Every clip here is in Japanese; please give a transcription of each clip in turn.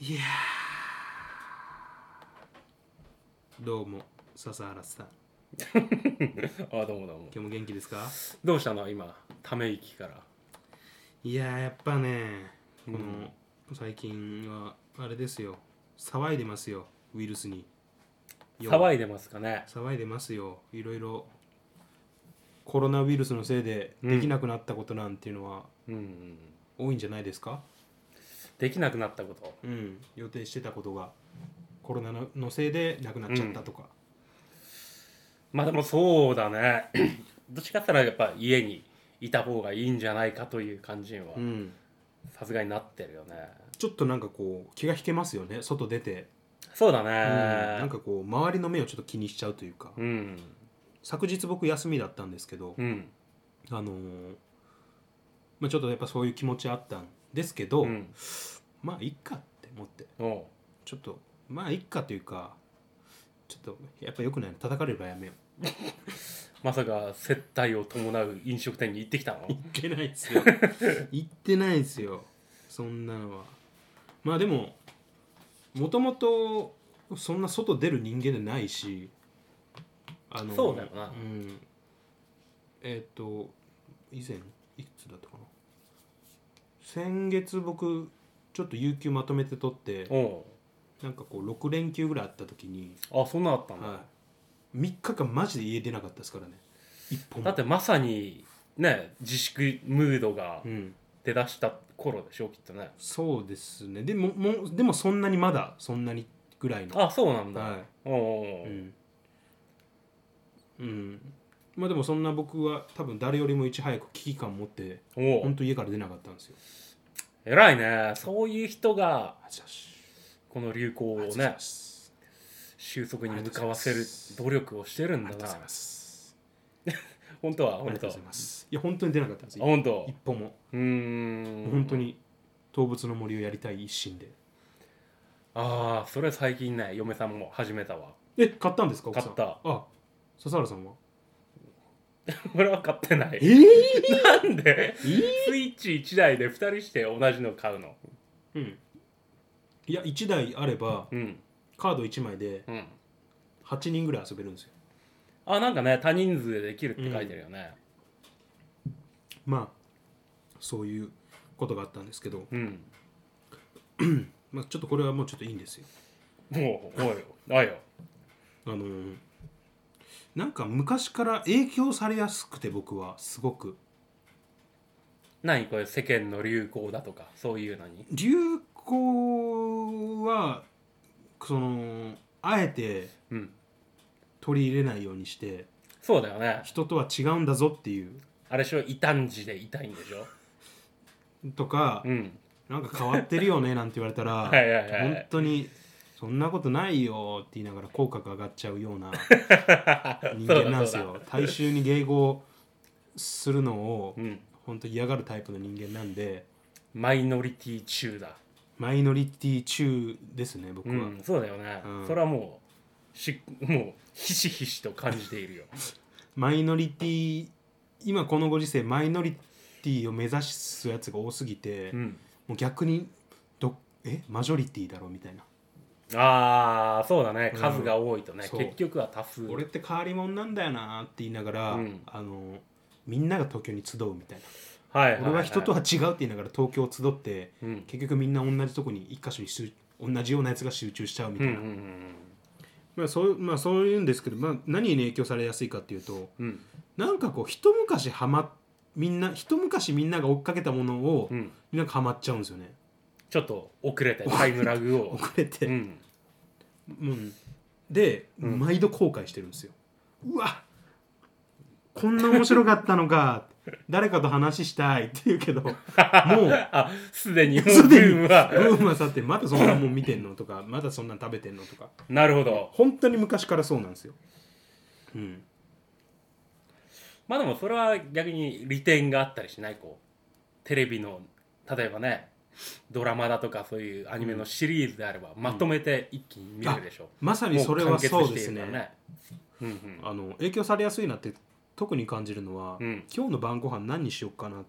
いやーどうも笹原さん あどうもどうも今日も元気ですかどうしたの今ため息からいやーやっぱねこの、うん最近はあれですよ騒いでますよウイルスに騒いいでますかね騒いでますよいろいろコロナウイルスのせいでできなくなったことなんていうのはうんうん多いんじゃないですかできなくなったことうん予定してたことがコロナののせいでなくなっちゃったとか、まあでもそうだ ねどっちかって言ったらやっぱ家にいた方がいいんじゃないかという感じはうんさすがになってるよねちょっとなんかこう気が引けますよね外出てそうだうんねなんかこう周りの目をちょっと気にしちゃうというか、うん昨日僕休みだったんですけど、うんあのーまあ、ちょっとやっぱそういう気持ちあったんですけど、うんまあいっかって思っておうちょっとまあいっかというかちょっとやっぱ良くないの叩かれればやめようまさか接待を伴う飲食店に行ってきたの 行ってないです よ行ってないですよそんなのはまあでももともとそんな外出る人間でないしあの、そうだよなんえっ、と以前いくつだったかな先月僕ちょっと有給まとめて取っておなんかこう6連休ぐらいあった時に、うあそんなのあったんだはい、3日間マジで家出なかったですからね一本もだってまさにね自粛ムードがうん、出だした頃でしょきっとねそうですねでももうでもそんなにまだそんなにぐらいのあそうなんだ、はおうおうお、いううん、うん、まあでもそんな僕は多分誰よりもいち早く危機感持っておう本当家から出なかったんですよ偉いねそういう人があちゃしこの流行をあちゃねし収束に向かわせる努力をしてるあんりがとうだござないます本当あはり本がと当うあございますいや本当に出なかったんですよ本当一歩もうーん本当に動物の森をやりたい一心でああそれ最近ね嫁さんも始めたわ え買ったんですか奥買さんったあ笹原さんは俺は買ってないえなんでえスイッチ1台で2人して同じの買うのうんいや1台あればうんカード1枚でうん8人ぐらい遊べるんですよあなんかね多人数でできるって書いてるよねまあそういうことがあったんですけど、うん、まあ、ちょっとこれはもうちょっといいんですよもうおいおいよあのーなんか昔から影響されやすくて僕はすごく何これ世間の流行だとかそういうのに流行はそのあえてうん取り入れないようにしてそうだよね人とは違うんだぞっていうあれしょ異端児で痛いんでしょとか う、んなんか変わってるよ ねなんて言われたらはいはいはい本当にそんなことないよって言いながら口角上がっちゃうような人間なんですそうよ大衆に迎合するのをうん本当嫌がるタイプの人間なんでマイノリティ中だマイノリティ中ですね僕うは、んそうだよね、うんそれはもうしもうひしひしと感じているよマイノリティ今このご時世マイノリティを目指すやつが多すぎて、うもんう逆にどえマジョリティだろみたいな、ああそうだねうん数が多いとね、そう結局は多数俺って変わり者なんだよなって言いながら、うんあのみんなが東京に集うみたいなはいいい俺は人とは違うって言いながら東京を集ってうん結局みんな同じとこに一箇所に集同じようなやつが集中しちゃうみうたんいうんな、まあそうまあ、そういうんですけど、まあ、何に影響されやすいかっていうとうんうんなんかこう一昔はまみんな一昔みんなが追っかけたものをうんなんかはまっちゃうんですよね ちょっと遅れてタイムラグを遅れて、ううんんで、うん毎度後悔してるんですようわこんな面白かったのか 誰かと話したいって言う けどもうあすでにもうすでにブームはブームは去ってまだそんなもん見てんのとかまだそんなん食べてんのとかなるほど本当に昔からそうなんですよ、うん、まあでもそれは逆に利点があったりしないこうテレビの例えばねドラマだとかそういうアニメのシリーズであれば、まとめて一気に見れるでしょまさう、にもうそれはそうです完結していねるからうんうんあの影響されやすいなって特に感じるのは、うん今日の晩ご飯何にしよっかな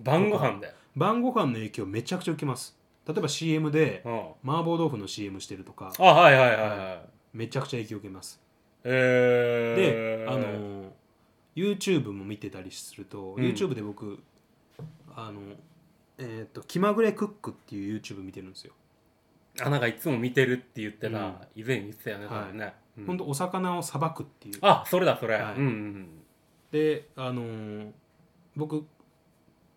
晩ご飯だよ晩ご飯の影響めちゃくちゃ受けます例えば CM でうん麻婆豆腐の CM してるとかあはいはいはいはい、めちゃくちゃ影響受けますえでー、あの YouTube も見てたりすると、うん YouTube で僕あのえっ、と気まぐれクックっていう YouTube 見てるんですよ、あなんかいつも見てるって言ってた、うん以前言ってたよね、はいそれね、うほんん、本当お魚をさばくっていうあそれだそれ、はいうんうんであのー僕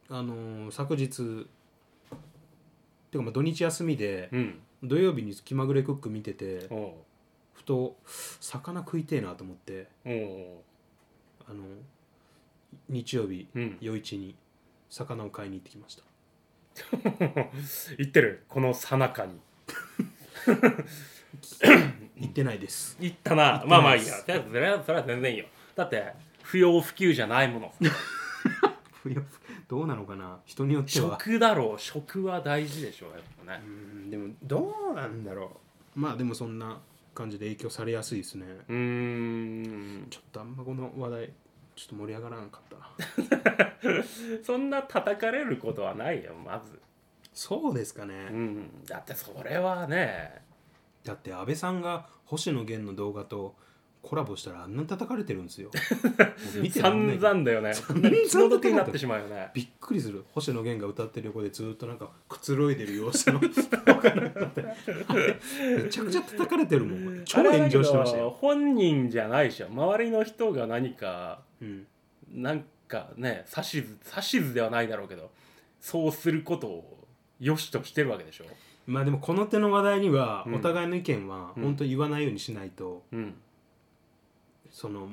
あのー昨日っていうかまあ土日休みでうんうん土曜日に気まぐれクック見てておうふと魚食いてえなと思っておうあの日曜日うん 夜市に魚を買いに行ってきました言ってるこのさなかに行ってないです、言ったなってまあまなあいいいですやとりあえずそれはそれは全然いいよだって不要不急じゃないもの不要不 どうなのかな 人によっては食だろう食は大事でしょやっぱうねんでもどうなんだろうまあでもそんな感じで影響されやすいですねうーんちょっとあんまこの話題ちょっと盛り上がらなかった なそんな叩かれることはないよまずそうですかね、うんだってそれはねだって安倍さんが星野源の動画とコラボしたらあんな叩かれてるん ですよもう見てらんない散々だよね散々気の毒になってしまうよねびっくりする星野源が歌ってる横でずっとなんかくつろいでる様子 の動画なんかあってあれめちゃくちゃ叩かれてるもん超炎上してましたあれだけどよ、本人じゃないでしょ周りの人が何かうん、なんかね指図指図ではないだろうけどそうすることを良しとしてるわけでしょまあでもこの手の話題にはうんお互いの意見はうん本当言わないようにしないと、うんその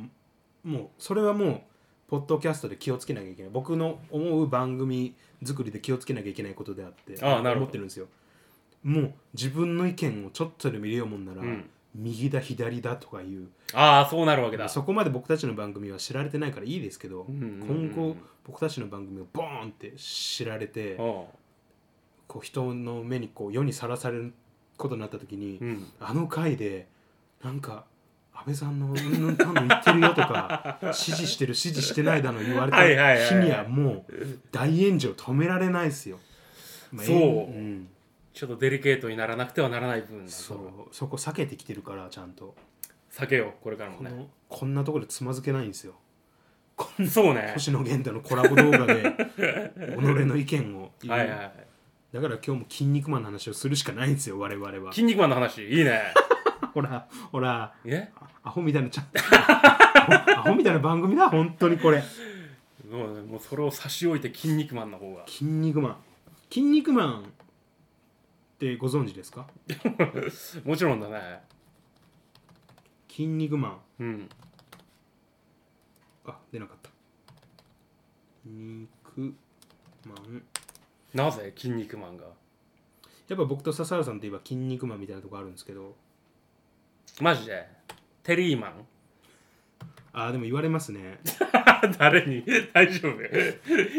もうそれはもうポッドキャストで気をつけなきゃいけない僕の思う番組作りで気をつけなきゃいけないことであってああなるほど思ってるんですよもう自分の意見をちょっとでも入れようもんなら、うん右だ左だとかいうああそうなるわけだそこまで僕たちの番組は知られてないからいいですけど、うんうんうん今後僕たちの番組をボーンって知られて、おこう人の目にこう世にさらされることになった時に、ううんあの回でなんか安倍さんのうんぬんかんぬん言ってるよと か支持してる支持してないだの言われたはいはいはい日にはもう大炎上止められないですよ。まそうえんうんちょっとデリケートにならなくてはならない部分だそとうそこ避けてきてるからちゃんと避けようこれからもこねのこんなところでつまずけないんですよ。こんそうね星野源とのコラボ動画で 己の意見を言う、はいはいだから今日も「筋肉マン」の話をするしかないんですよ我々は筋肉マンの話いい ねほらほらえアホみたいなちゃんアホみたいな番組だ本当にこれもうもうそれを差し置いて筋肉マンの方 「が筋肉マン」「筋肉マン」ってご存知ですか?もちろんだね「筋肉マンうん」あ出なかった「肉マンなぜ筋肉マンが」やっぱ僕と笹原さんといえば「筋肉マン」みたいなとこあるんですけどマジでテリーマン あーでも言われますね誰に 大丈夫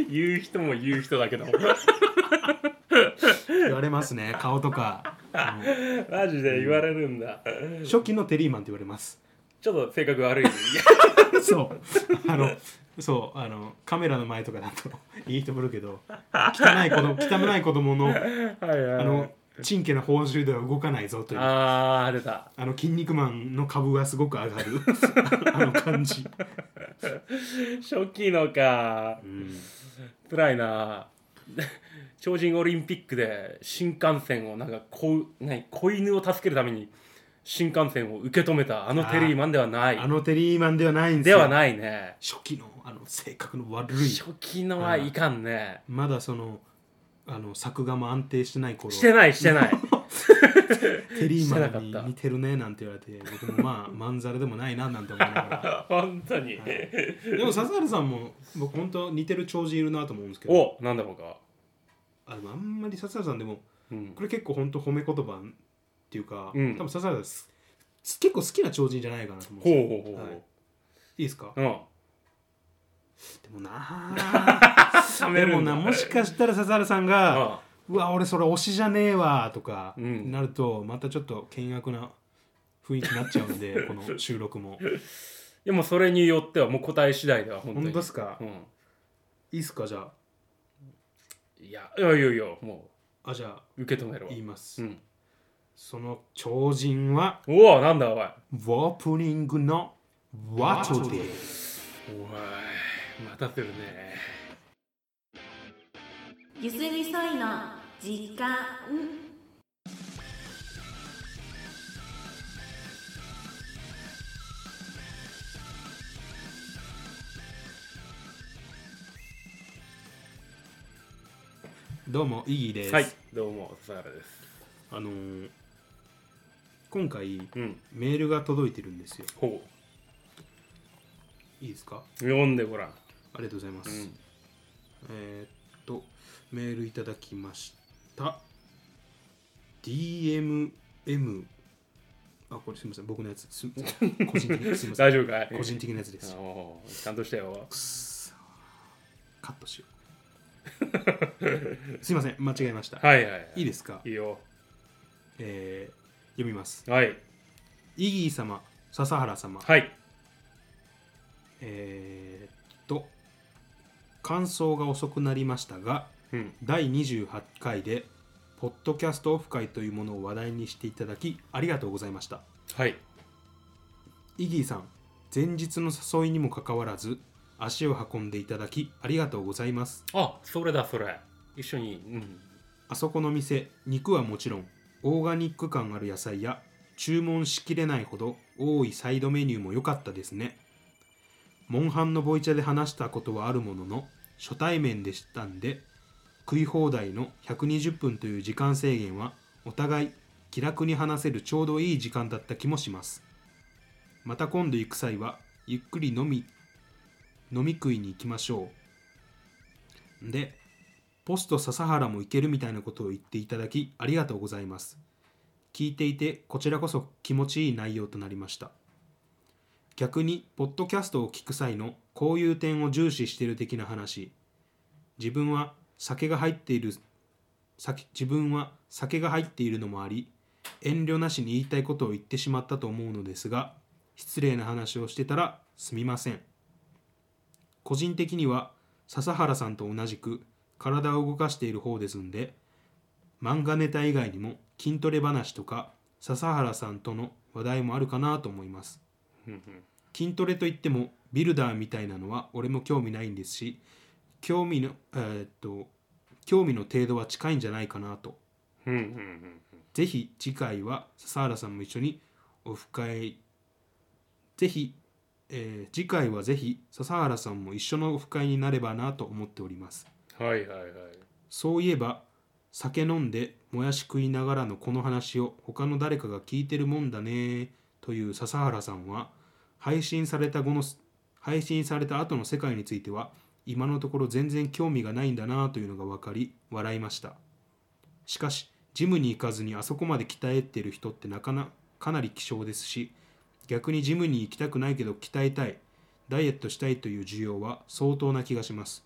言う人も 言う人だけど言われますね顔とか、うんマジで言われるんだ、初期のテリーマンって言われますちょっと性格 悪い そうあのそうあのカメラの前とかだといい人ぶるけど汚い子供汚い子供のはいはいあのちんけな報酬では動かないぞというああー出たの筋肉マンの株がすごく上がる あの感じ、初期のか辛いな 超人オリンピックで新幹線をなんか子何子犬を助けるために新幹線を受け止めたあのテリーマンではないあのテリーマンではないんですでよはないね初期のあの性格の悪い初期のはいかんねまだそのあの作画も安定してない頃してないして ないテリーマンしてなにかった似てるねなんて言われて僕もまあまんざらでもないななんて思いながら本当にでも笹原さんも僕本当似てる超人いるなと思うんですけどおなんだろうかあでもあんまり笹原さんでもうんこれ結構本当褒め言葉っていうか、うん多分笹原さんすす結構好きな超人じゃないかなと思うんほうですよほうほうほうはいいいですかうんでもな 冷あめでるもんだなもしかしたら笹原さんがあ「うわ俺それ推しじゃねえわ」とかうんなるとまたちょっと険悪な雰囲気になっちゃうん でこの収録もでもそれによってはもう答え次第では本当に本当っすかうんいいっすかじゃあいやいやいやいやもあじゃあ受け止めるわ言います、うんその超人はうわなんだおいおいオープニングのワトリー待たせるねゆすみそいの時間どうもイギーです、はいどうも笹原ですあのー今回うんメールが届いてるんですよほういいですか読んでごらんありがとうございまうす、んえーっとメールいただきました DMM あこれすみません僕のやつす個人的にすみませ ん大丈夫かい個人的なやつですおーちゃんとしたよくっそカットしよう すいません間違えました、はいはいはいい、いですかいいよえー読みますはいイギー様笹原様、はいえーっと感想が遅くなりましたがうん第28回でポッドキャストオフ会というものを話題にしていただきありがとうございましたはいイギーさん前日の誘いにもかかわらず足を運んでいただきありがとうございますあそれだそれ一緒にうんあそこの店肉はもちろんオーガニック感ある野菜や注文しきれないほど多いサイドメニューも良かったですねモンハンのボイチャで話したことはあるものの初対面でしたんで食い放題の120分という時間制限はお互い気楽に話せるちょうどいい時間だった気もしますまた今度行く際はゆっくり飲み飲み食いに行きましょうんでポスト笹原もいけるみたいなことを言っていただきありがとうございます。聞いていてこちらこそ気持ちいい内容となりました。逆に、ポッドキャストを聞く際のこういう点を重視している的な話。自分は酒が入っている酒自分は酒が入っているのもあり、遠慮なしに言いたいことを言ってしまったと思うのですが、失礼な話をしてたらすみません。個人的には笹原さんと同じく体を動かしている方ですんで漫画ネタ以外にも筋トレ話とか笹原さんとの話題もあるかなと思いますうんうん筋トレといってもビルダーみたいなのは俺も興味ないんですし興味のえーっと興味の程度は近いんじゃないかなとうんうんうんぜひ次回は笹原さんも一緒にオフ会ぜひ、えー次回はぜひ笹原さんも一緒のオフ会になればなと思っておりますうんはいはいはいそういえば酒飲んでもやし食いながらのこの話を他の誰かが聞いてるもんだねという笹原さんは配信された後の配信された後の世界については今のところ全然興味がないんだなというのが分かり笑いましたしかしジムに行かずにあそこまで鍛えてる人ってなかなかなり希少ですし逆にジムに行きたくないけど鍛えたいダイエットしたいという需要は相当な気がします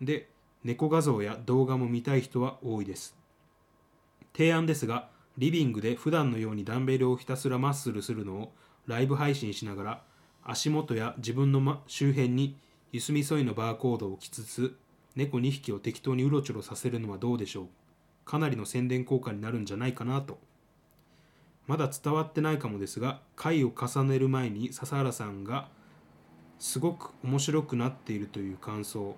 で猫画像や動画も見たい人は多いです提案ですがリビングで普段のようにダンベルをひたすらマッスルするのをライブ配信しながら足元や自分のま周辺にゆすみそいのバーコードを置きつつ猫2匹を適当にうろちょろさせるのはどうでしょうかなりの宣伝効果になるんじゃないかなとまだ伝わってないかもですが回を重ねる前に笹原さんがすごく面白くなっているという感想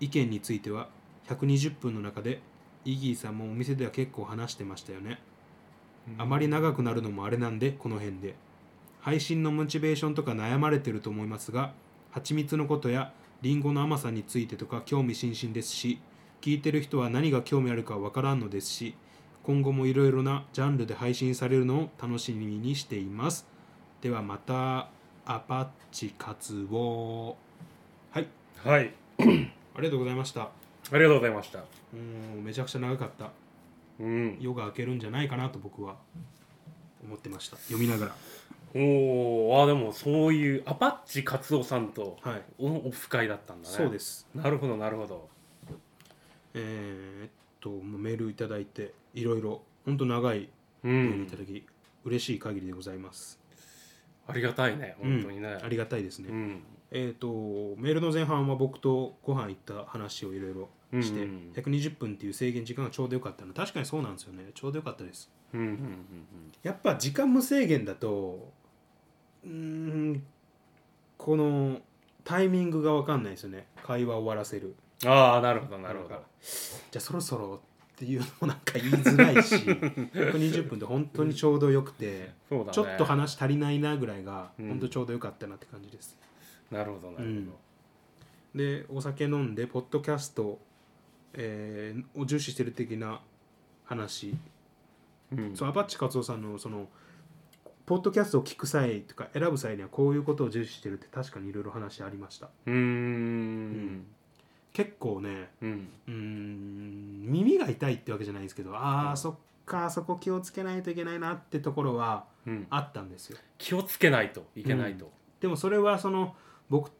意見については120分の中でイギーさんもお店では結構話してましたよねあまり長くなるのもあれなんでこの辺で配信のモチベーションとか悩まれてると思いますが蜂蜜のことやリンゴの甘さについてとか興味津々ですし聞いてる人は何が興味あるかわからんのですし今後もいろいろなジャンルで配信されるのを楽しみにしていますではまたアパッチ活動はいはいありがとうございましたありがとうございましたうーんめちゃくちゃ長かったうん夜が明けるんじゃないかなと僕は思ってました読みながらおーあでもそういうアパッチカツオさんとはいオオフ会だったんだねそうですすなるほどなるほどえー、っともうメールいただいていろいろほんと長いうメールいんただき、嬉しい限りでございますありがたいね本当にうねんありがたいですね、うんえーっとメールの前半は僕とご飯行った話をいろいろして、うんうん120分っていう制限時間がちょうどよかったの確かにそうなんですよねちょうどよかったですうんうんうんやっぱ時間無制限だとうーんこのタイミングが分かんないですよね会話を終わらせるうんああなるほどなるなんほどかじゃあそろそろっていうのもなんか言いづらい し120分で本当にちょうどよくて、そうだねちょっと話足りないなぐらいがうん本当ちょうどよかったなって感じです、なるほどなるほど、うんでお酒飲んでポッドキャスト、えーを重視してる的な話、うんそうアパッチカツオさんのそのポッドキャストを聞く際とか選ぶ際にはこういうことを重視してるって確かにいろいろ話ありましたうーん結構ねうんうーん耳が痛いってわけじゃないんですけどああ、うんそっかそこ気をつけないといけないなってところはうんあったんですよ気をつけないといけないと、でもそれはその僕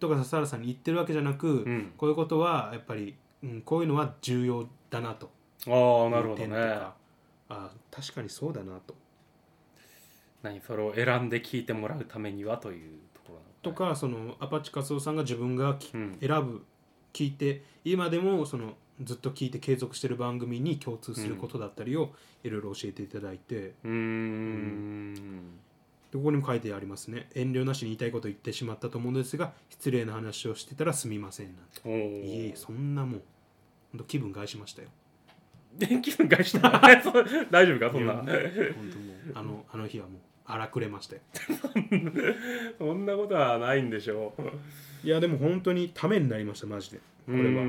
とか笹原さんに言ってるわけじゃなく、うんこういうことはやっぱり、うん、こういうのは重要だなとああなるほどいう点ねとかあー確かにそうだなと。何それを選んで聞いてもらうためにはというところなのねとかそのアパッチカツオさんが自分がき、うん選ぶ聞いて今でもそのずっと聞いて継続してる番組に共通することだったりをいろいろ教えていただいて、でうーんここにも書いてありますね遠慮なしに言いたいこと言ってしまったと思うんですが失礼な話をしてたらすみませんなんておーいえいえそんなもうほんと気分害しましたよ電気分解した そう大丈夫かそんいやなほんともうあのあの日はもう荒くれましたよそんなことはないんでしょうこいやでも本当にためになりましたマジでこれれははい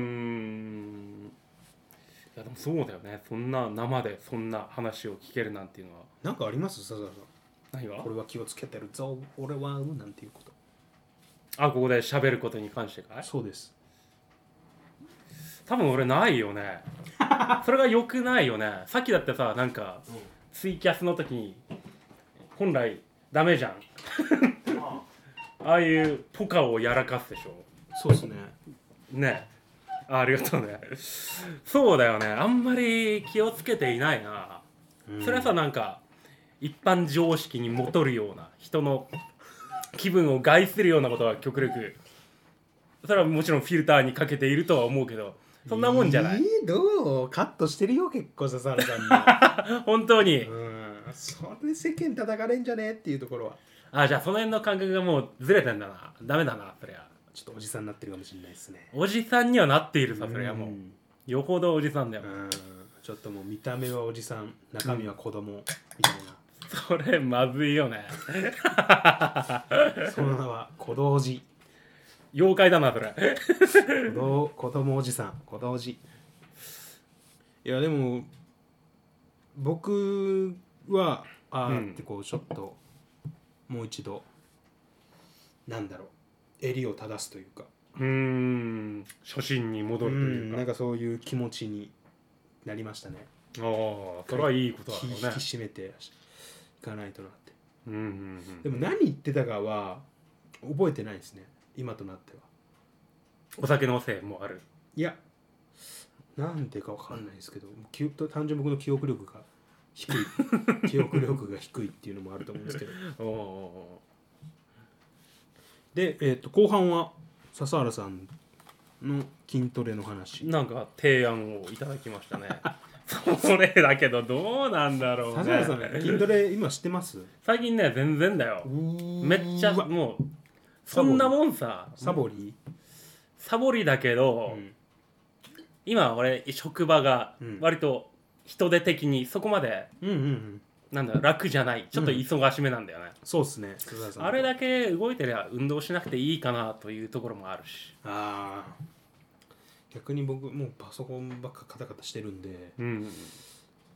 やでもそうだよねそんな生でそんな話を聞けるなんていうのはなんかあります笹原さ何がんこれは気をつけてるぞ俺はなんていうことあここで喋ることに関してかいそうです多分俺ないよね それが良くないよねさっきだってさなんかツイキャスの時に本来ダメじゃん ああいうポカをやらかすでしょそうですねねあありがとうねそうだよねあんまり気をつけていないな、それはさなんか一般常識にもとるような人の気分を害するようなことは極力それはもちろんフィルターにかけているとは思うけどそんなもんじゃない、えーどうカットしてるよ結構笹原 さ本当に、んもうんそれ世間叩かれんじゃねえっていうところはあじゃあその辺の感覚がもうずれてんだなダメだなそりゃちょっとおじさんになってるかもしれないですねおじさんにはなっているさそれはもうんよほどおじさんだよ、うんちょっともう見た目はおじさん中身は子供みたいな、それまずいよね その名は子童児妖怪だなそれ子供子供おじさん子供おじいやでも僕はあうーんってこうちょっともう一度なんだろう襟を正すというかうーん初心に戻うるというんか,、なんかそういう気持ちになりましたねああそれはいいことだろ気う引ねき締めていかないとなってうんうんうでんも何言ってたかは覚えてないですね今となってはお酒のせいもあるいやなんでかわかんないですけど記憶単純に僕の記憶力が低 い記憶力が低いっていうのもあると思うんですけどおーおで、えー、と後半は笹原さんの筋トレの話ーなんか提案をいただきまし たねそれだけどどうなんだろう笹ね原さん筋トレ今知ってます最近ね全然だよめっちゃうわもうサそボりんなもんさサボり、サボりだけど、うん今俺職場がうん割と人手的にそこまでうんうんうんなんだ楽じゃないちょっと忙しめなんだよね、そうっすね笹原さんあれだけ動いてりゃ運動しなくていいかなというところもあるしああ逆に僕もうパソコンばっかカタカタしてるんでうん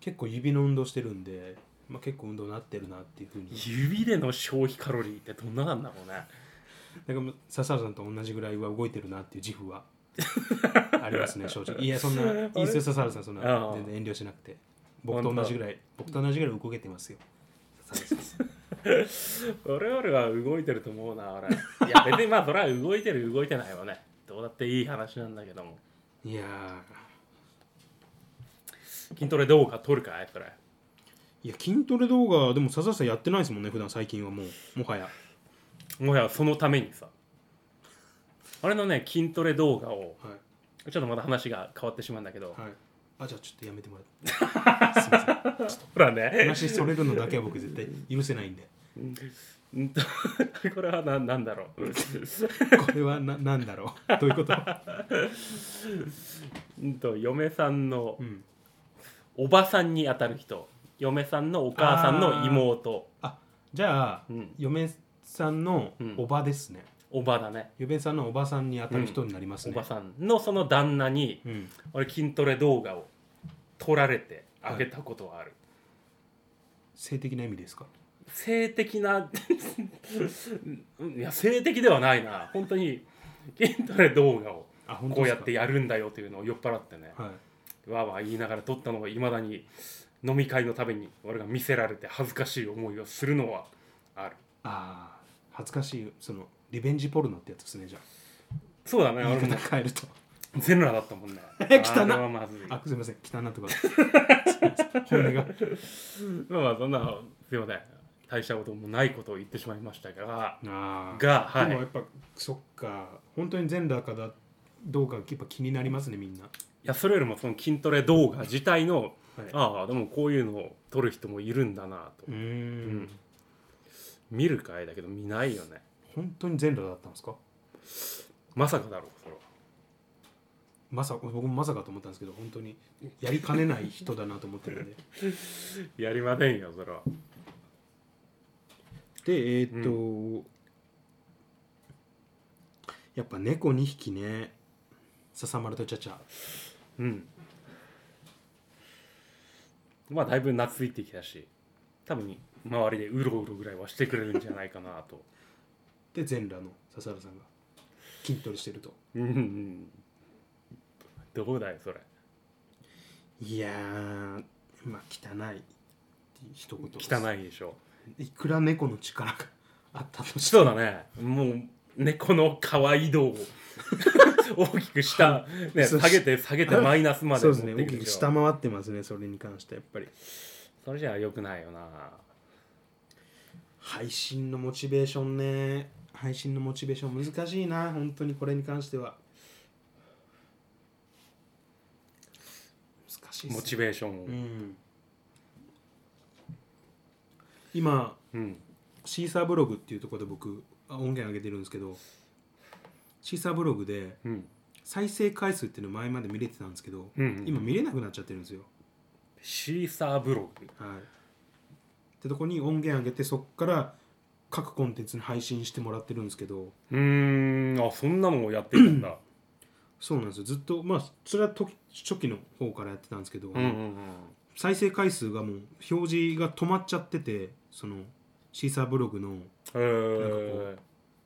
結構指の運動してるんで、まあ、結構運動になってるなっていうふうに指での消費カロリーってどんななんだろうねだから笹原さんと同じぐらいは動いてるなっていう自負 はありますね正直いやそんなあれいいっすよ笹原さんそんなああ全然遠慮しなくて僕と同じぐらい僕と同じぐらい動けてますよ笹原さん俺よりは動いてると思うな 俺いや別にまあそれは動いてる動いてないわねどうだっていい話なんだけどもいや筋トレ動画撮るかいそーれいや筋トレ動画でも笹原さんやってないですもんね普段最近はもうもはやもはやそのためにさあれのね筋トレ動画をはいちょっとまた話が変わってしまうんだけど、はいあじゃあちょっとやめてもらって すいませんほらね話それるのだけは僕絶対許せないんでうんとこれはななんだろうこれはななんだろう どういうこと、うんと嫁さんのうん、おばさんにあたる人嫁さんのお母さんの妹あじゃあ、うん嫁さんのおばですね、おばだね嫁さんのおばさんに当たる人になりますおね、ばさんのその旦那にうん俺筋トレ動画を撮られてあげたことはある、性的な意味ですか性的な うんいや性的ではないな本当に筋トレ動画をあ本こ当うですやかってやるんだよというのを酔っ払ってねはいわーわー言いながら撮ったのがいまだに飲み会のために俺が見せられて恥ずかしい思いをするのはあるああ恥ずかしいそのリベンジポルノってやつですねじゃそうだねあ俺言いも方 変えるとゼロラだったもんねえ 汚っあれはまずいあすいません汚なとか本音がまあまあそんなすいません大したこともないことを言ってしまいましたがあがあ、はでもやいっぱそっか本当に全裸かだどうかやっぱ気になりますねみんな、いやそれよりもその筋トレ動画自体のはい、ああでもこういうのを撮る人もいるんだなとうーんん見るかいだけど見ないよね本当に全裸だったんですかまさかだろうそれはまさ僕もまさかと思ったんですけど本当にやりかねない人だなと思ってるんでやりませんよそれは でえーっと、やっぱ猫2匹ね笹丸とちゃちゃうんまあだいぶ懐いてきたし多分周りでうろうろぐらいはしてくれるんじゃないかなとで全裸の笹原さんが筋トレしてるとうんうんどうだよそれいやーまあ汚いって一言です汚いでしょいくら猫の力があったとしてそうもだねもう猫の可愛い度 を大きく下、ね、そう下げて下げてマイナスまでそう持ですってねい大くきでくし下ょ回ってますねそれに関してやっぱりそれじゃあ良くないよな配信のモチベーションね配信のモチベーション難しいな本当にこれに関しては難しいっモすチねベーションを、うん今うんシーサーブログっていうところで僕あ音源上げてるんですけどシーサーブログでうん再生回数っていうの前まで見れてたんですけど、うんうん今見れなくなっちゃってるんですよシーサーブログはいってとこに音源上げてそっから各コンテンツに配信してもらってるんですけどうーんあそんなのもやってたんだそうなんですよずっとまあそれはと初期の方からやってたんですけど、うんうんうん再生回数がもう表示が止まっちゃっててそのシーサーブログのえー、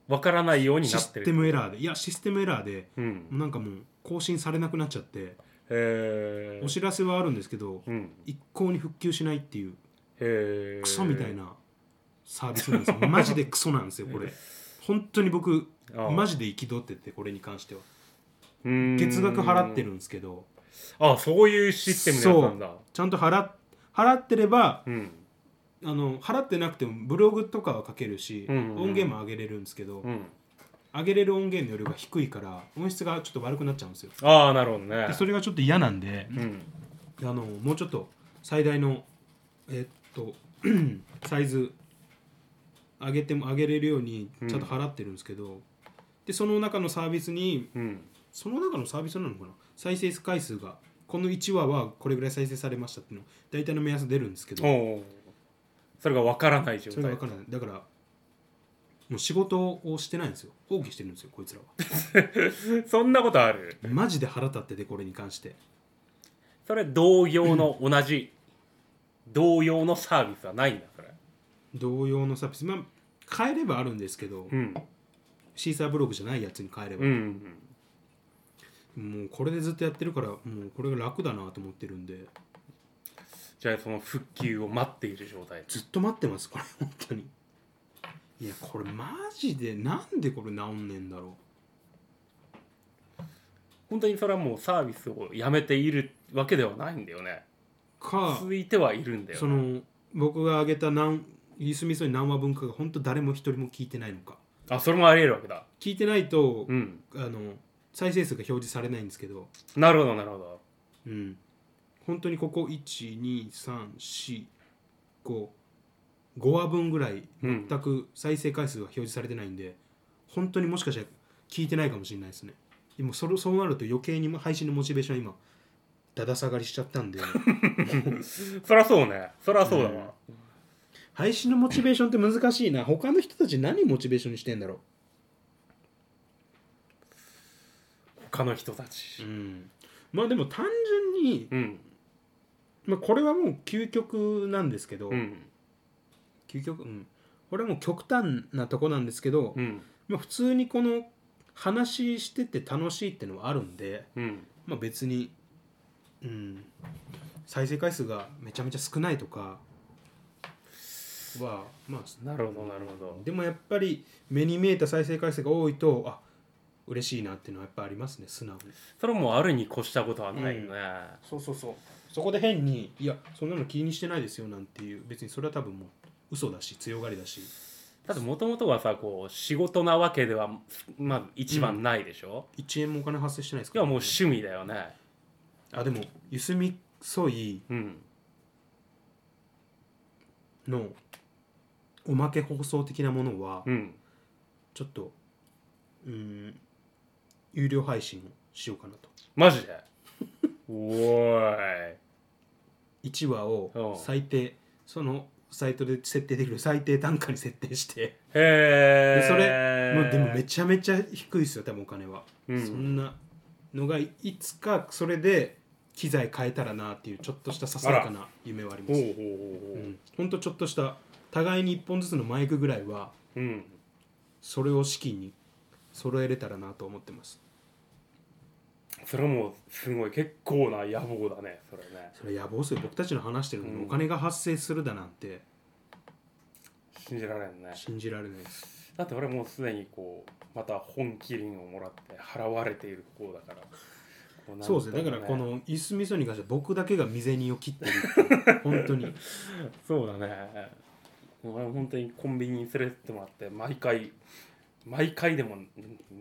分からないようにシなってスるテムエラーでいやシステムエラーでうんなんかもう更新されなくなっちゃってへえお知らせはあるんですけどうん一向に復旧しないっていうへえクソみたいなサービスなん ですよマジでクソなんですよこれ本当に僕ああマジで憤っててこれに関してはうーん月額払ってるんですけどあそういうシステムのやつなんだちゃんと払っ払ってればうんあの払ってなくてもブログとかは書けるし、うんうんうん音源も上げれるんですけど、うん上げれる音源の量が低いから音質がちょっと悪くなっちゃうんですよああなるほどねでそれがちょっと嫌なんでうんあのもうちょっと最大のえっと サイズ上げても上げれるようにちゃんと払ってるんですけど、でその中のサービスにうんその中のサービスなのかな再生回数がこの1話はこれぐらい再生されましたっていうの大体の目安出るんですけおどおそれが分からない状それが分態からないだからもう仕事をしてないんですよ放棄してるんですよこいつらはそんなことあるマジで腹立っててこれに関してそれ同様の同じ同様のサービスはないんだそれ同様のサービスまあ変えればあるんですけど、うんシーサーブログじゃないやつに変えればう、んもうこれでずっとやってるからもうこれが楽だなと思ってるんでじゃあその復旧を待っている状態ずっと待ってますこれ本当にいやこれマジでなんでこれ治んねえんだろ本当にそれはもうサービスをやめているわけではないんだよねうか続いてはいるんだよその僕が挙げた何イースミソに何話分かが本当誰も一人も聞いてないのかあそれもありえるわけだ聞いてないと、うんあの再生数が表示されないんですけど、なるほどなるほどうん、本当にここ12345 5話分ぐらいうん全く再生回数が表示されてないんで、本当にもしかしたら聞いてないかもしれないですねでもそれそうなると余計にも配信のモチベーション今だだ下がりしちゃった んでそりゃそうねそりゃそうだわ、配信のモチベーションって難しいな他の人たち何モチベーションにしてんだろ他の人たう、ちん、まあでも単純に、うんまあ、これはもう究極なんですけど、うん究極うんこれはもう極端なとこなんですけど、うんまあ、普通にこの話してて楽しいってのはあるんで、うんまあ、別に、うん、再生回数がめちゃめちゃ少ないとかはまあなるほどなるほどでもやっぱり目に見えた再生回数が多いとあ嬉しいなっていうのはやっぱありますね素直にそれもあるに越したことはないよね、そうそうそうそこで変にいやそんなの気にしてないですよなんていう別にそれは多分もう嘘だし強がりだしだってもともとはさこう仕事なわけではまず一番ないでしょ、 1円もお金発生してないですいかやら、もう趣味だよねあでもゆすみそいうんのおまけ放送的なものはうんちょっとうん有料配信をしようかなとマジでおーい1話おうを最低そのサイトで設定できる最低単価に設定してへえでそれもうでもめちちゃめちゃ低いですよ多分お金は、うんそんなのがいいつかそれで機材変えたらなっていうちょっとしたささやかな夢はありほまうすほううほうほうんほんとちょっとした互いに1本ずつのマイクぐらいはうん、それを資金に揃えれたらなと思ってますそれはもうすごい結構な野望だねそれねそれ野望する僕たちの話してるのうんにお金が発生するだなんて信じられんね信じられないです、だって俺もうすでにこうまた本麒麟をもらって払われている方だからこなんとそもうですねだからこのいすみそに関しては僕だけが身銭を切ってるっていう本当にそうだね俺本当にコンビニに連れてってもらって毎回毎回でも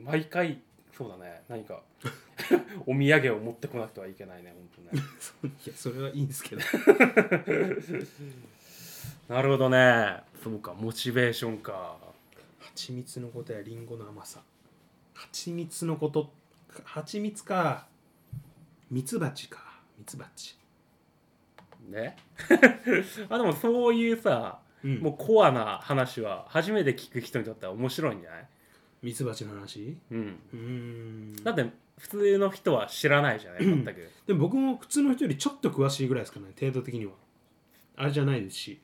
毎回そうだね何か お土産を持ってこなくてはいけないね本当ねそういやそれはいいんですけどなるほどねそうかモチベーションか蜂蜜のことやりんごの甘さ蜂蜜のこと蜂蜜か蜜蜂か蜜蜂ね あでもそういうさ、うんもうコアな話は初めて聞く人にとっては面白いんじゃない蜜蜂の話うんうーんだって普通の人は知らないじゃない全 くでも僕も普通の人よりちょっと詳しいぐらいですかね程度的にはあれじゃないですし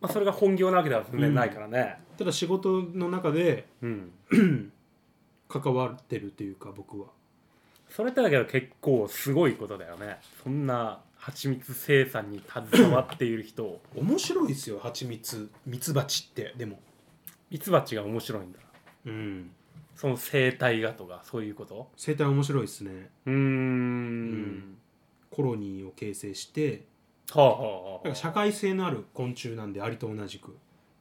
まあそれが本業なわけでは全然ないからねただ仕事の中でうん関わってるというか僕はそれってだけど結構すごいことだよねそんな蜂蜜生産に携わっている人を 面白いですよ蜂蜜蜜蜂ってでもミツバチが面白いんだうんその生態がとかそういうこと生態面白いですねうーんんコロニーを形成してはあはあなはんかあ社会性のある昆虫なんでアリと同じく、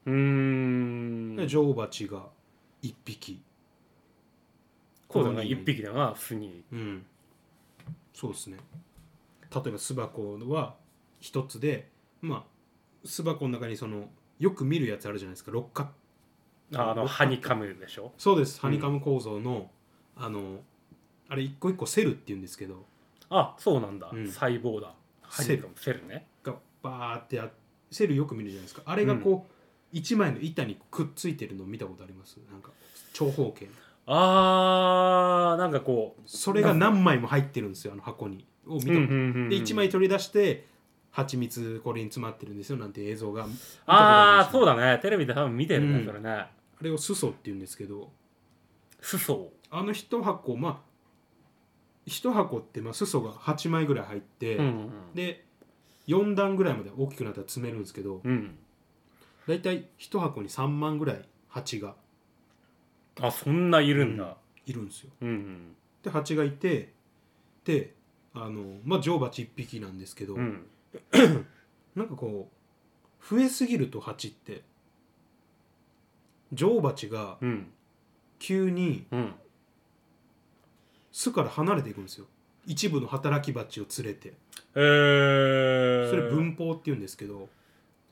うーんで女王蜂が1匹そうだねコロニーが一匹だよな巣にうんそうですね例えば巣箱は一つでまあ巣箱の中にそのよく見るやつあるじゃないですか六角あのハニカムでしょそうですハニカム構造の、あのあれ一個一個セルっていうんですけどあそうなんだ、うん細胞だハニカムセルねがバーってやっセルよく見るじゃないですかあれがこう、一枚の板にくっついてるの見たことありますなんか長方形あーなんかこうそれが何枚も入ってるんですよあの箱にを見た、うんうんうんうんで1枚取り出して蜂蜜これに詰まってるんですよなんて映像が見たことあありますそうだねテレビで多分見てるね、うんそれねあれを裾って言うんですけど裾あの一箱まあ一箱ってまあ裾が8枚ぐらい入って、うんうんで4段ぐらいまで大きくなったら詰めるんですけどうん、うん大体一箱に3万ぐらい蜂があそんないるんだ、いるんですようんうんで蜂がいてであのまあ女王蜂1匹なんですけど、うん、なんかこう増えすぎると蜂って女王蜂がうん急にうん巣から離れていくんですよ一部の働き蜂を連れてえー、それ分蜂っていうんですけど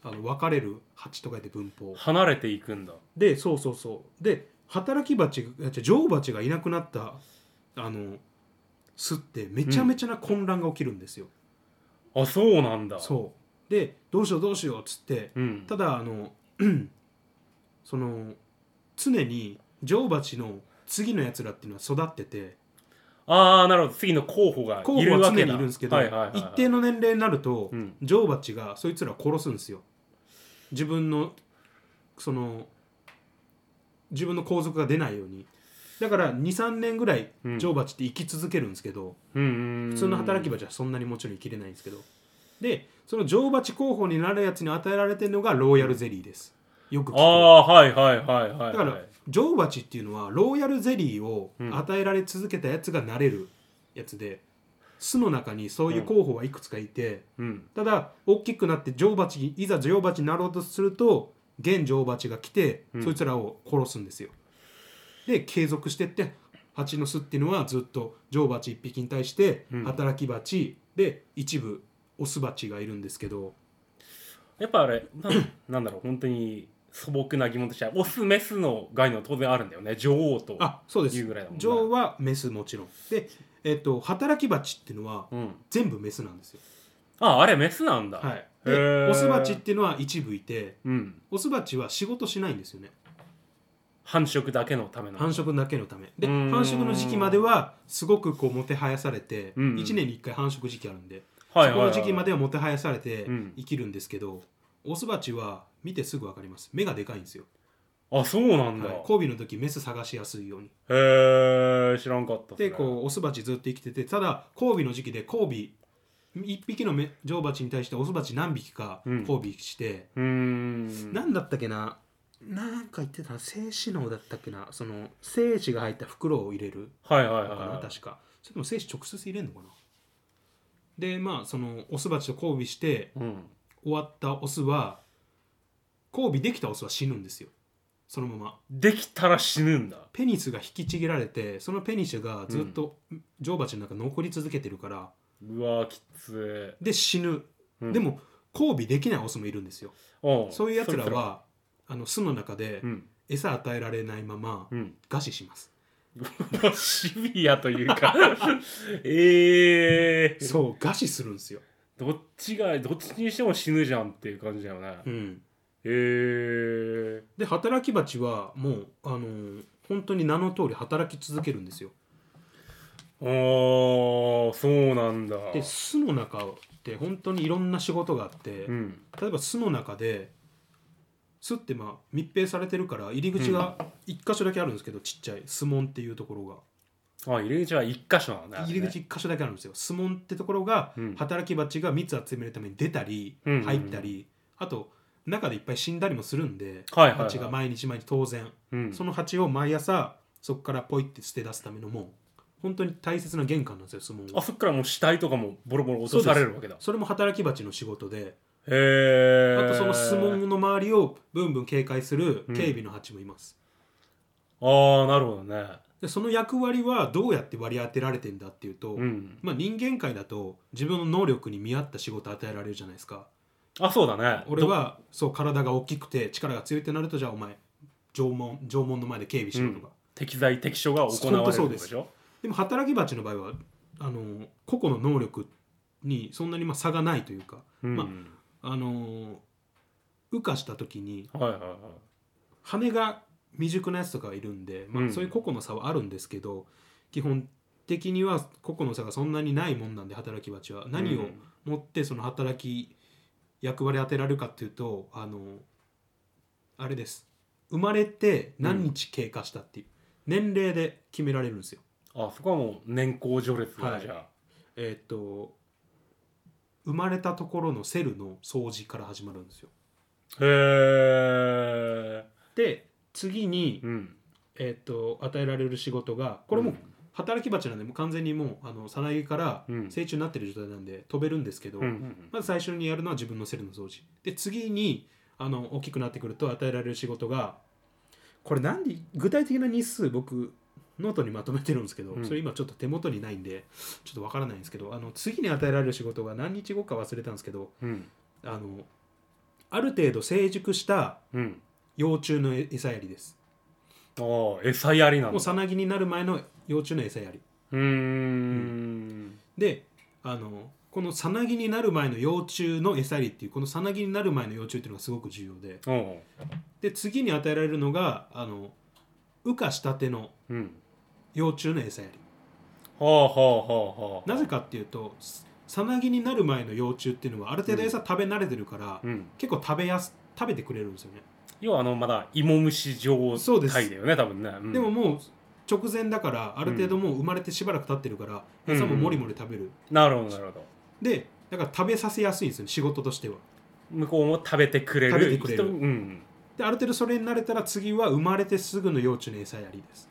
あの別れる蜂と書いて分蜂離れていくんだでそうそうそうで働き蜂がじゃ女王蜂がいなくなったあの巣ってめちゃめちゃな混乱が起きるんですよ、あそうなんだそうでどうしようどうしようっつってう、ん、ただあの その常に女王蜂の次のやつらっていうのは育っててああなるほど次の候補が候い補るは常わにいけだるんですけどはいはいはいはい一定の年齢になるとうん女王蜂がそいつらを殺すんですよ自分のその自分の皇族が出ないようにだから23年ぐらいうん女王蜂って生き続けるんですけど、普普通の働き蜂はそんなにもちろん生きれないんですけどでその女王蜂候補になるやつに与えられてるのがローヤルゼリーですよく聞くああはいはいはいはい、はい、だから女王蜂っていうのはローヤルゼリーを与えられ続けたやつがなれるやつで巣の中にそういう候補はいくつかいて、うんただ大きくなって女王蜂にいざ女王蜂になろうとすると現女王蜂が来て、うんそいつらを殺すんですよで継続してって蜂の巣っていうのはずっと女王蜂1匹に対してうん働き蜂で一部オス蜂がいるんですけどやっぱあれななんだろう本当に素朴な疑問としてはオスメスの概念は当然あるんだよね女王とあそうですいうぐらいだもんね女王はメスもちろんで、えっと働き蜂っていうのはうん、全部メスなんですよああれメスなんだ、はい、へでーオスバチっていうのは一部いてうん、オスバチは仕事しないんですよね繁殖だけのための繁殖だけのためでうーん繁殖の時期まではすごくこうもてはやされて、うんうん1年に1回繁殖時期あるんで、はいそはいこはいの時期まではもてはやされてうん生きるんですけど、オスバチは見てすぐ分かります目がでかいんですよ、あそうなんだ、はい、交尾の時メス探しやすいようにへえ知らんかったそれでこうオスバチずっと生きててただ交尾の時期で交尾1匹のめ女王バチに対してオスバチ何匹かうん交尾して、うーんなんだったっけななんか言ってた精子能だったっけなその精子が入った袋を入れるはいはいはいかなはい確かそれとも精子直接入れるのかなでまあそのオスバチと交尾してうん、終わったオスは交尾できたオスは死ぬんですよそのままできたら死ぬんだペニスが引きちぎられてそのペニスがずっと女王蜂の中に残り続けてるから、うわーきつで死ぬ、い、うんでも交尾できないオスもいるんですよおそういうやつらはあの巣の中でうん餌与えられないままうん 餓死しますシビアというか ええー、そう餓死するんですよ、どっちがどっちにしても死ぬじゃんっていう感じだよね、へえで働き蜂はもうあのー本当に名の通り働き続けるんですよあーそうなんだで巣の中って本当にいろんな仕事があって、うん例えば巣の中で巣ってまあ密閉されてるから入り口が1箇所だけあるんですけど、ちっちゃい巣門っていうところあ入り口は一箇所なんだが入り口1箇所だけあるんですよ巣門ってところがうん働き蜂が蜜集めるために出たりうんうんうん入ったり、あと中でいっぱい死んだりもするんで、はいはいはい蜂が毎日毎日当然うんその蜂を毎朝そこからポイって捨て出すためのもう本当に大切な玄関なんですよ相撲あはそっからもう死体とかもボロボロ落とされるわけだへそれも働き蜂の仕事で、えあとその相撲の周りをブンブン警戒するうん警備の蜂もいます、ああなるほどねでその役割はどうやって割り当てられてんだっていうと、うんまあ、人間界だと自分の能力に見合った仕事与えられるじゃないですかあそうだね俺はそう体が大きくて力が強いってなるとじゃあお前縄文縄文の前で警備しろとか、適材適所が行われるってことでしょでも働き蜂の場合はあの個々の能力にそんなにまあ差がないというか、うんまあの羽化した時にはいはいはい羽が未熟なやつとかがいるんで、まうあ、んそういう個々の差はあるんですけど、基本的には個々の差がそんなにないもんなんで働き蜂は何を持ってその働き役割当てられるかっていうとあのあれです生まれて何日経過したっていう、年齢で決められるんですよ。あそこはもう年功序列だ、はいじゃえーっと生まれたところのセルの掃除から始まるんですよあへえで次に、うんえーっと与えられる仕事がこれもううん働き蜂なんでもう完全にもうあのさなぎからうん成虫になってる状態なんで飛べるんですけど、うんうんまず最初にやるのは自分のセルの掃除で次にあの大きくなってくると与えられる仕事がこれなんで具体的な日数僕ノートにまとめてるんですけど、うんそれ今ちょっと手元にないんでちょっとわからないんですけどあの次に与えられる仕事が何日後か忘れたんですけどうんあのある程度成熟したうん幼虫の餌やりですおー餌やりなんもうださなぎになる前の幼虫の餌やりうーんであのこのさなぎになる前の幼虫の餌やりっていうこのさなぎになる前の幼虫っていうのがすごく重要でおうで次に与えられるのがあの羽化したてのうん幼虫の餌やりほうほうほうほうなぜかっていうとささなぎになる前の幼虫っていうのはある程度餌食べ慣れてるから、うん結構食べやす食べてくれるんですよね、要はあのまだ芋虫状そうです態だよね多分ね、うんでももう直前だからある程度もう生まれてしばらく経ってるから、うん餌ももりもり食べるなるほどなるほどでだから食べさせやすいんですよね仕事としては向こうも食べてくれる食べてくれる人うんである程度それに慣れたら次は生まれてすぐの幼虫の餌やりです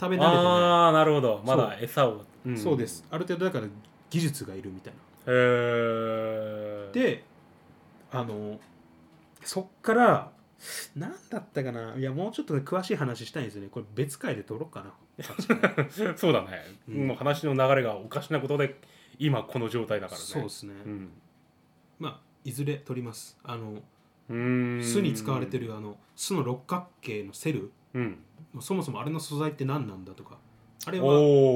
食べ慣れてなああなるほどまだ餌を、い、んそうですある程度だから技術がいるみたいなへえであのそっから何だったかないやもうちょっとね詳しい話したいんですよねこれ別回で撮ろうかな そうだね、うんもう話の流れがおかしなことで今この状態だからねそうですね、うんまあいずれ撮りますあのうーん巣に使われてるあの巣の六角形のセルうんそもそもあれの素材って何なんだとかあれはお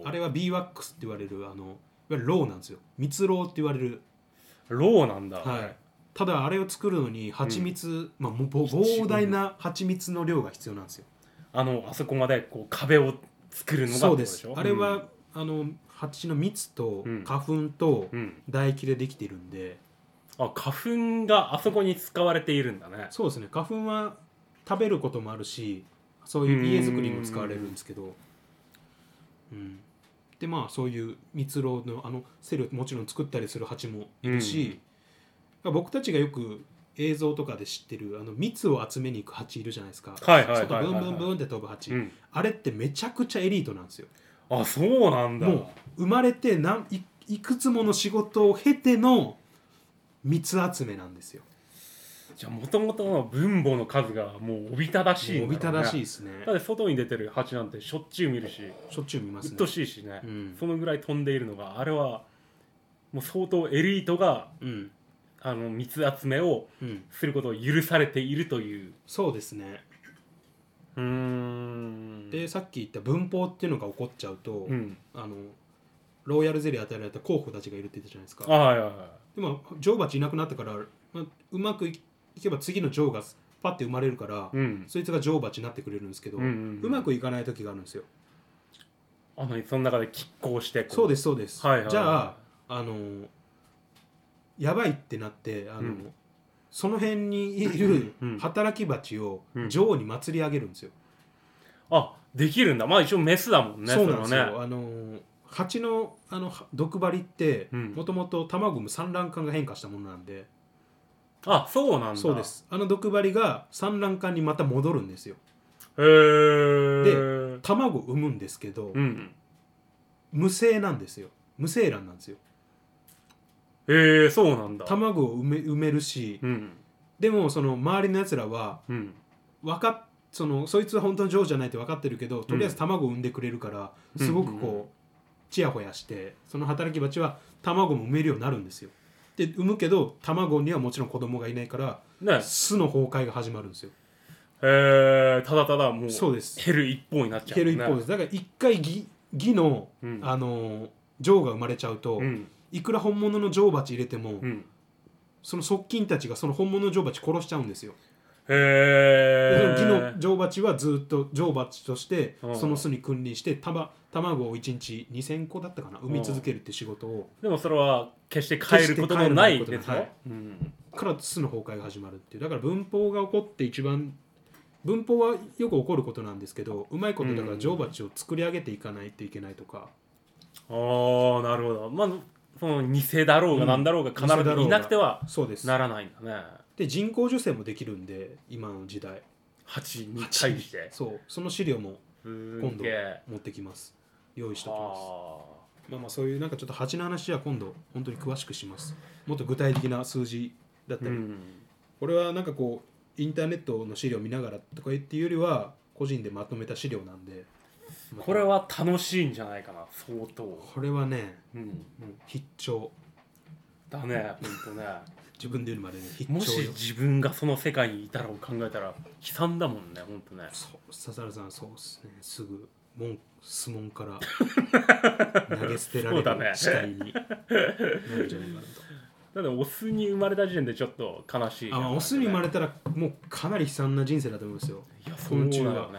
おあれは b ワックスって言われるあのいわゆるロウなんですよ蜜ロウって言われるローなんだはいただあれを作るのに蜂蜜、まあもうぼ膨大な蜂蜜の量が必要なんですよあのあそこまでこう壁を作るのがそうですってこあとれしょは、あの蜂の蜜とうん花粉とうん、うん唾液でできてるんで、あ花粉があそこに使われているんだねそうですね花粉は食べることもあるしそういう家作りにも使われるんですけどうんでまあそういう蜜蝋のあのセルもちろん作ったりする蜂もいるし、僕たちがよく映像とかで知ってるあの蜜を集めに行く蜂いるじゃないですか、はいはいはいはいはい外ブンブンブンって飛ぶ蜂、うんあれってめちゃくちゃエリートなんですよあそうなんだもう生まれてなんいいくつもの仕事を経ての蜜集めなんですよ。じゃあもともとの分母の数がもうおびただしいんおびただしいいですね。だって外に出てる蜂なんてしょっちゅう見るししょっちゅう見ます鬱ね陶。しいしね、うんそのぐらい飛んでいるのがあれはもう相当エリートがうんあの蜜集めをうん、することを許されているというそうですね。うーんでさっき言った文法っていうのが起こっちゃうと、うんあのロイヤルゼリー与えられた候補たちがいるって言ったじゃないですあか。はいはいはでも女王蜂いなくなったから、まあ、うまくいけば次の女王がパッて生まれるから、いうんそいつが女王蜂になってくれるんですけど、うんうんうんまくいかない時があるんですよ。あのその中で拮抗してこそうですすそうです。はいはいはいじゃああのやばいってなってあの、うんその辺にいるうん働き蜂をうん女王に祭り上げるんですよ。あできるんだまあ一応メスだもんねそうなんですれよ。はねあの蜂のあのは毒針ってうんもともと卵も産卵管が変化したものなんで、あそうなんだそうですあの毒針が産卵管にまた戻るんですよへえ卵を産むんですけど、うん無性なんですよ無精卵なんですよへえそうなんだ卵を産め産めるし、うんでもその周りのやつらはうん分かっそのそいつは本当の女王じゃないって分かってるけどとりあえず卵を産んでくれるから、うんすごくうんうこうちやほやしてその働き蜂は卵も産めるようになるんですよで産むけど卵にはもちろん子供がいないからね巣の崩壊が始まるんですよえー、ただただもうそうです減る一方になっちゃう、減る一方ですすだから一回ぎ義の、うんあの女王が生まれちゃうと、うんいくら本物の女王蜂入れても、うん、その側近たちがその本物の女王蜂殺しちゃうんですよ、へでえその義の女王蜂はずっと女王蜂としてうんその巣に君臨してたま卵を1日2,000個だったかな産み続けるって仕事をでもそれは決して変えることのないですよ決して変えるうんから巣の崩壊が始まるっていうだから文法が起こって一番文法はよく起こることなんですけどうまいことだから女王蜂を作り上げていかないといけないとか、ああなるほどまあその偽だろううがん何だろうが必偽だろずうがいなくてはそうですならないんだねで人工授精もできるんで今の時代蜂に対してそうその資料も今今度持ってきます用意しておきますはまあまあそういうなんかちょっと蜂の話は今度本当に詳しくしますもっと具体的な数字だっあ、たうり、ん、これはなんかこうインターネットの資料見ながらとか言っていうよりは個人でまとめた資料なんでこれは楽しいんじゃないかな相当、これはねうん、もう必聴だねほんとね自分で言うまでに必も聴しよ自分がその世界にいたらを考えたら悲惨だもんねほんとねそう笹原さんそうですねすぐもん質問から 投げ捨てられそうだねる死体になるんじゃないかなとだってオスに生まれた時点でちょっと悲しいあまあオスに生まれたたらもうかなり悲惨な人生だと思いますよいやそ昆うだ虫よは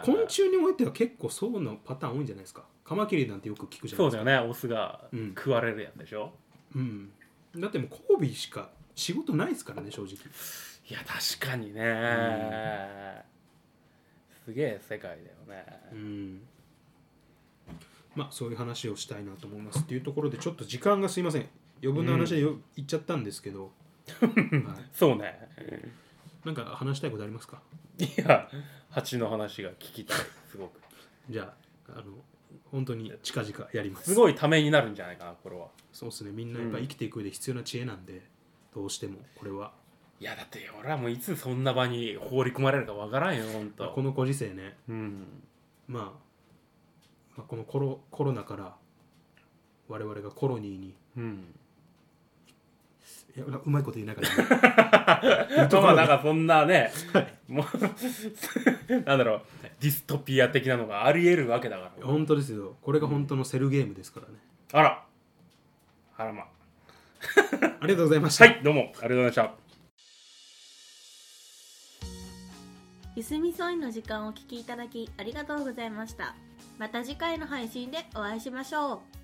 ね昆虫においては結構そうのパターン多いんじゃないですかカマキリなんてよく聞くじゃないそですうだかよねオスがうん食われるやつでしょ、うん、だってもう交尾しか仕事ないですからね正直いや確かにね、すげえ世界だよね、うんまあそういう話をしたいなと思いますっていうところでちょっと時間がすいません余分な話でよ、言っちゃったんですけ ど、はい、そうねなんか話したいことありますかいや蜂の話が聞きたいすごくじゃああの本当に近々やりますすごいためになるんじゃないかなこれはそうですねみんなやっぱ生きていく上で必要な知恵なんで、どうしてもこれはいやだって俺はもういつそんな場に放り込まれるかわからんよほんとこのご時世ね、うんまあ、まあこのコロコロナから我々がコロニーにうんいやうまいこと言いながら、 ね、とこまあろでなんかそんなね、もう なんだろうディストピア的なのがありえるわけだから本当ですよこれが本当のセルゲームですからね、あらあらまありがとうございました、はいどうもありがとうございましたゆすみそいの時間をお聞きいただきありがとうございましたまた次回の配信でお会いしましょう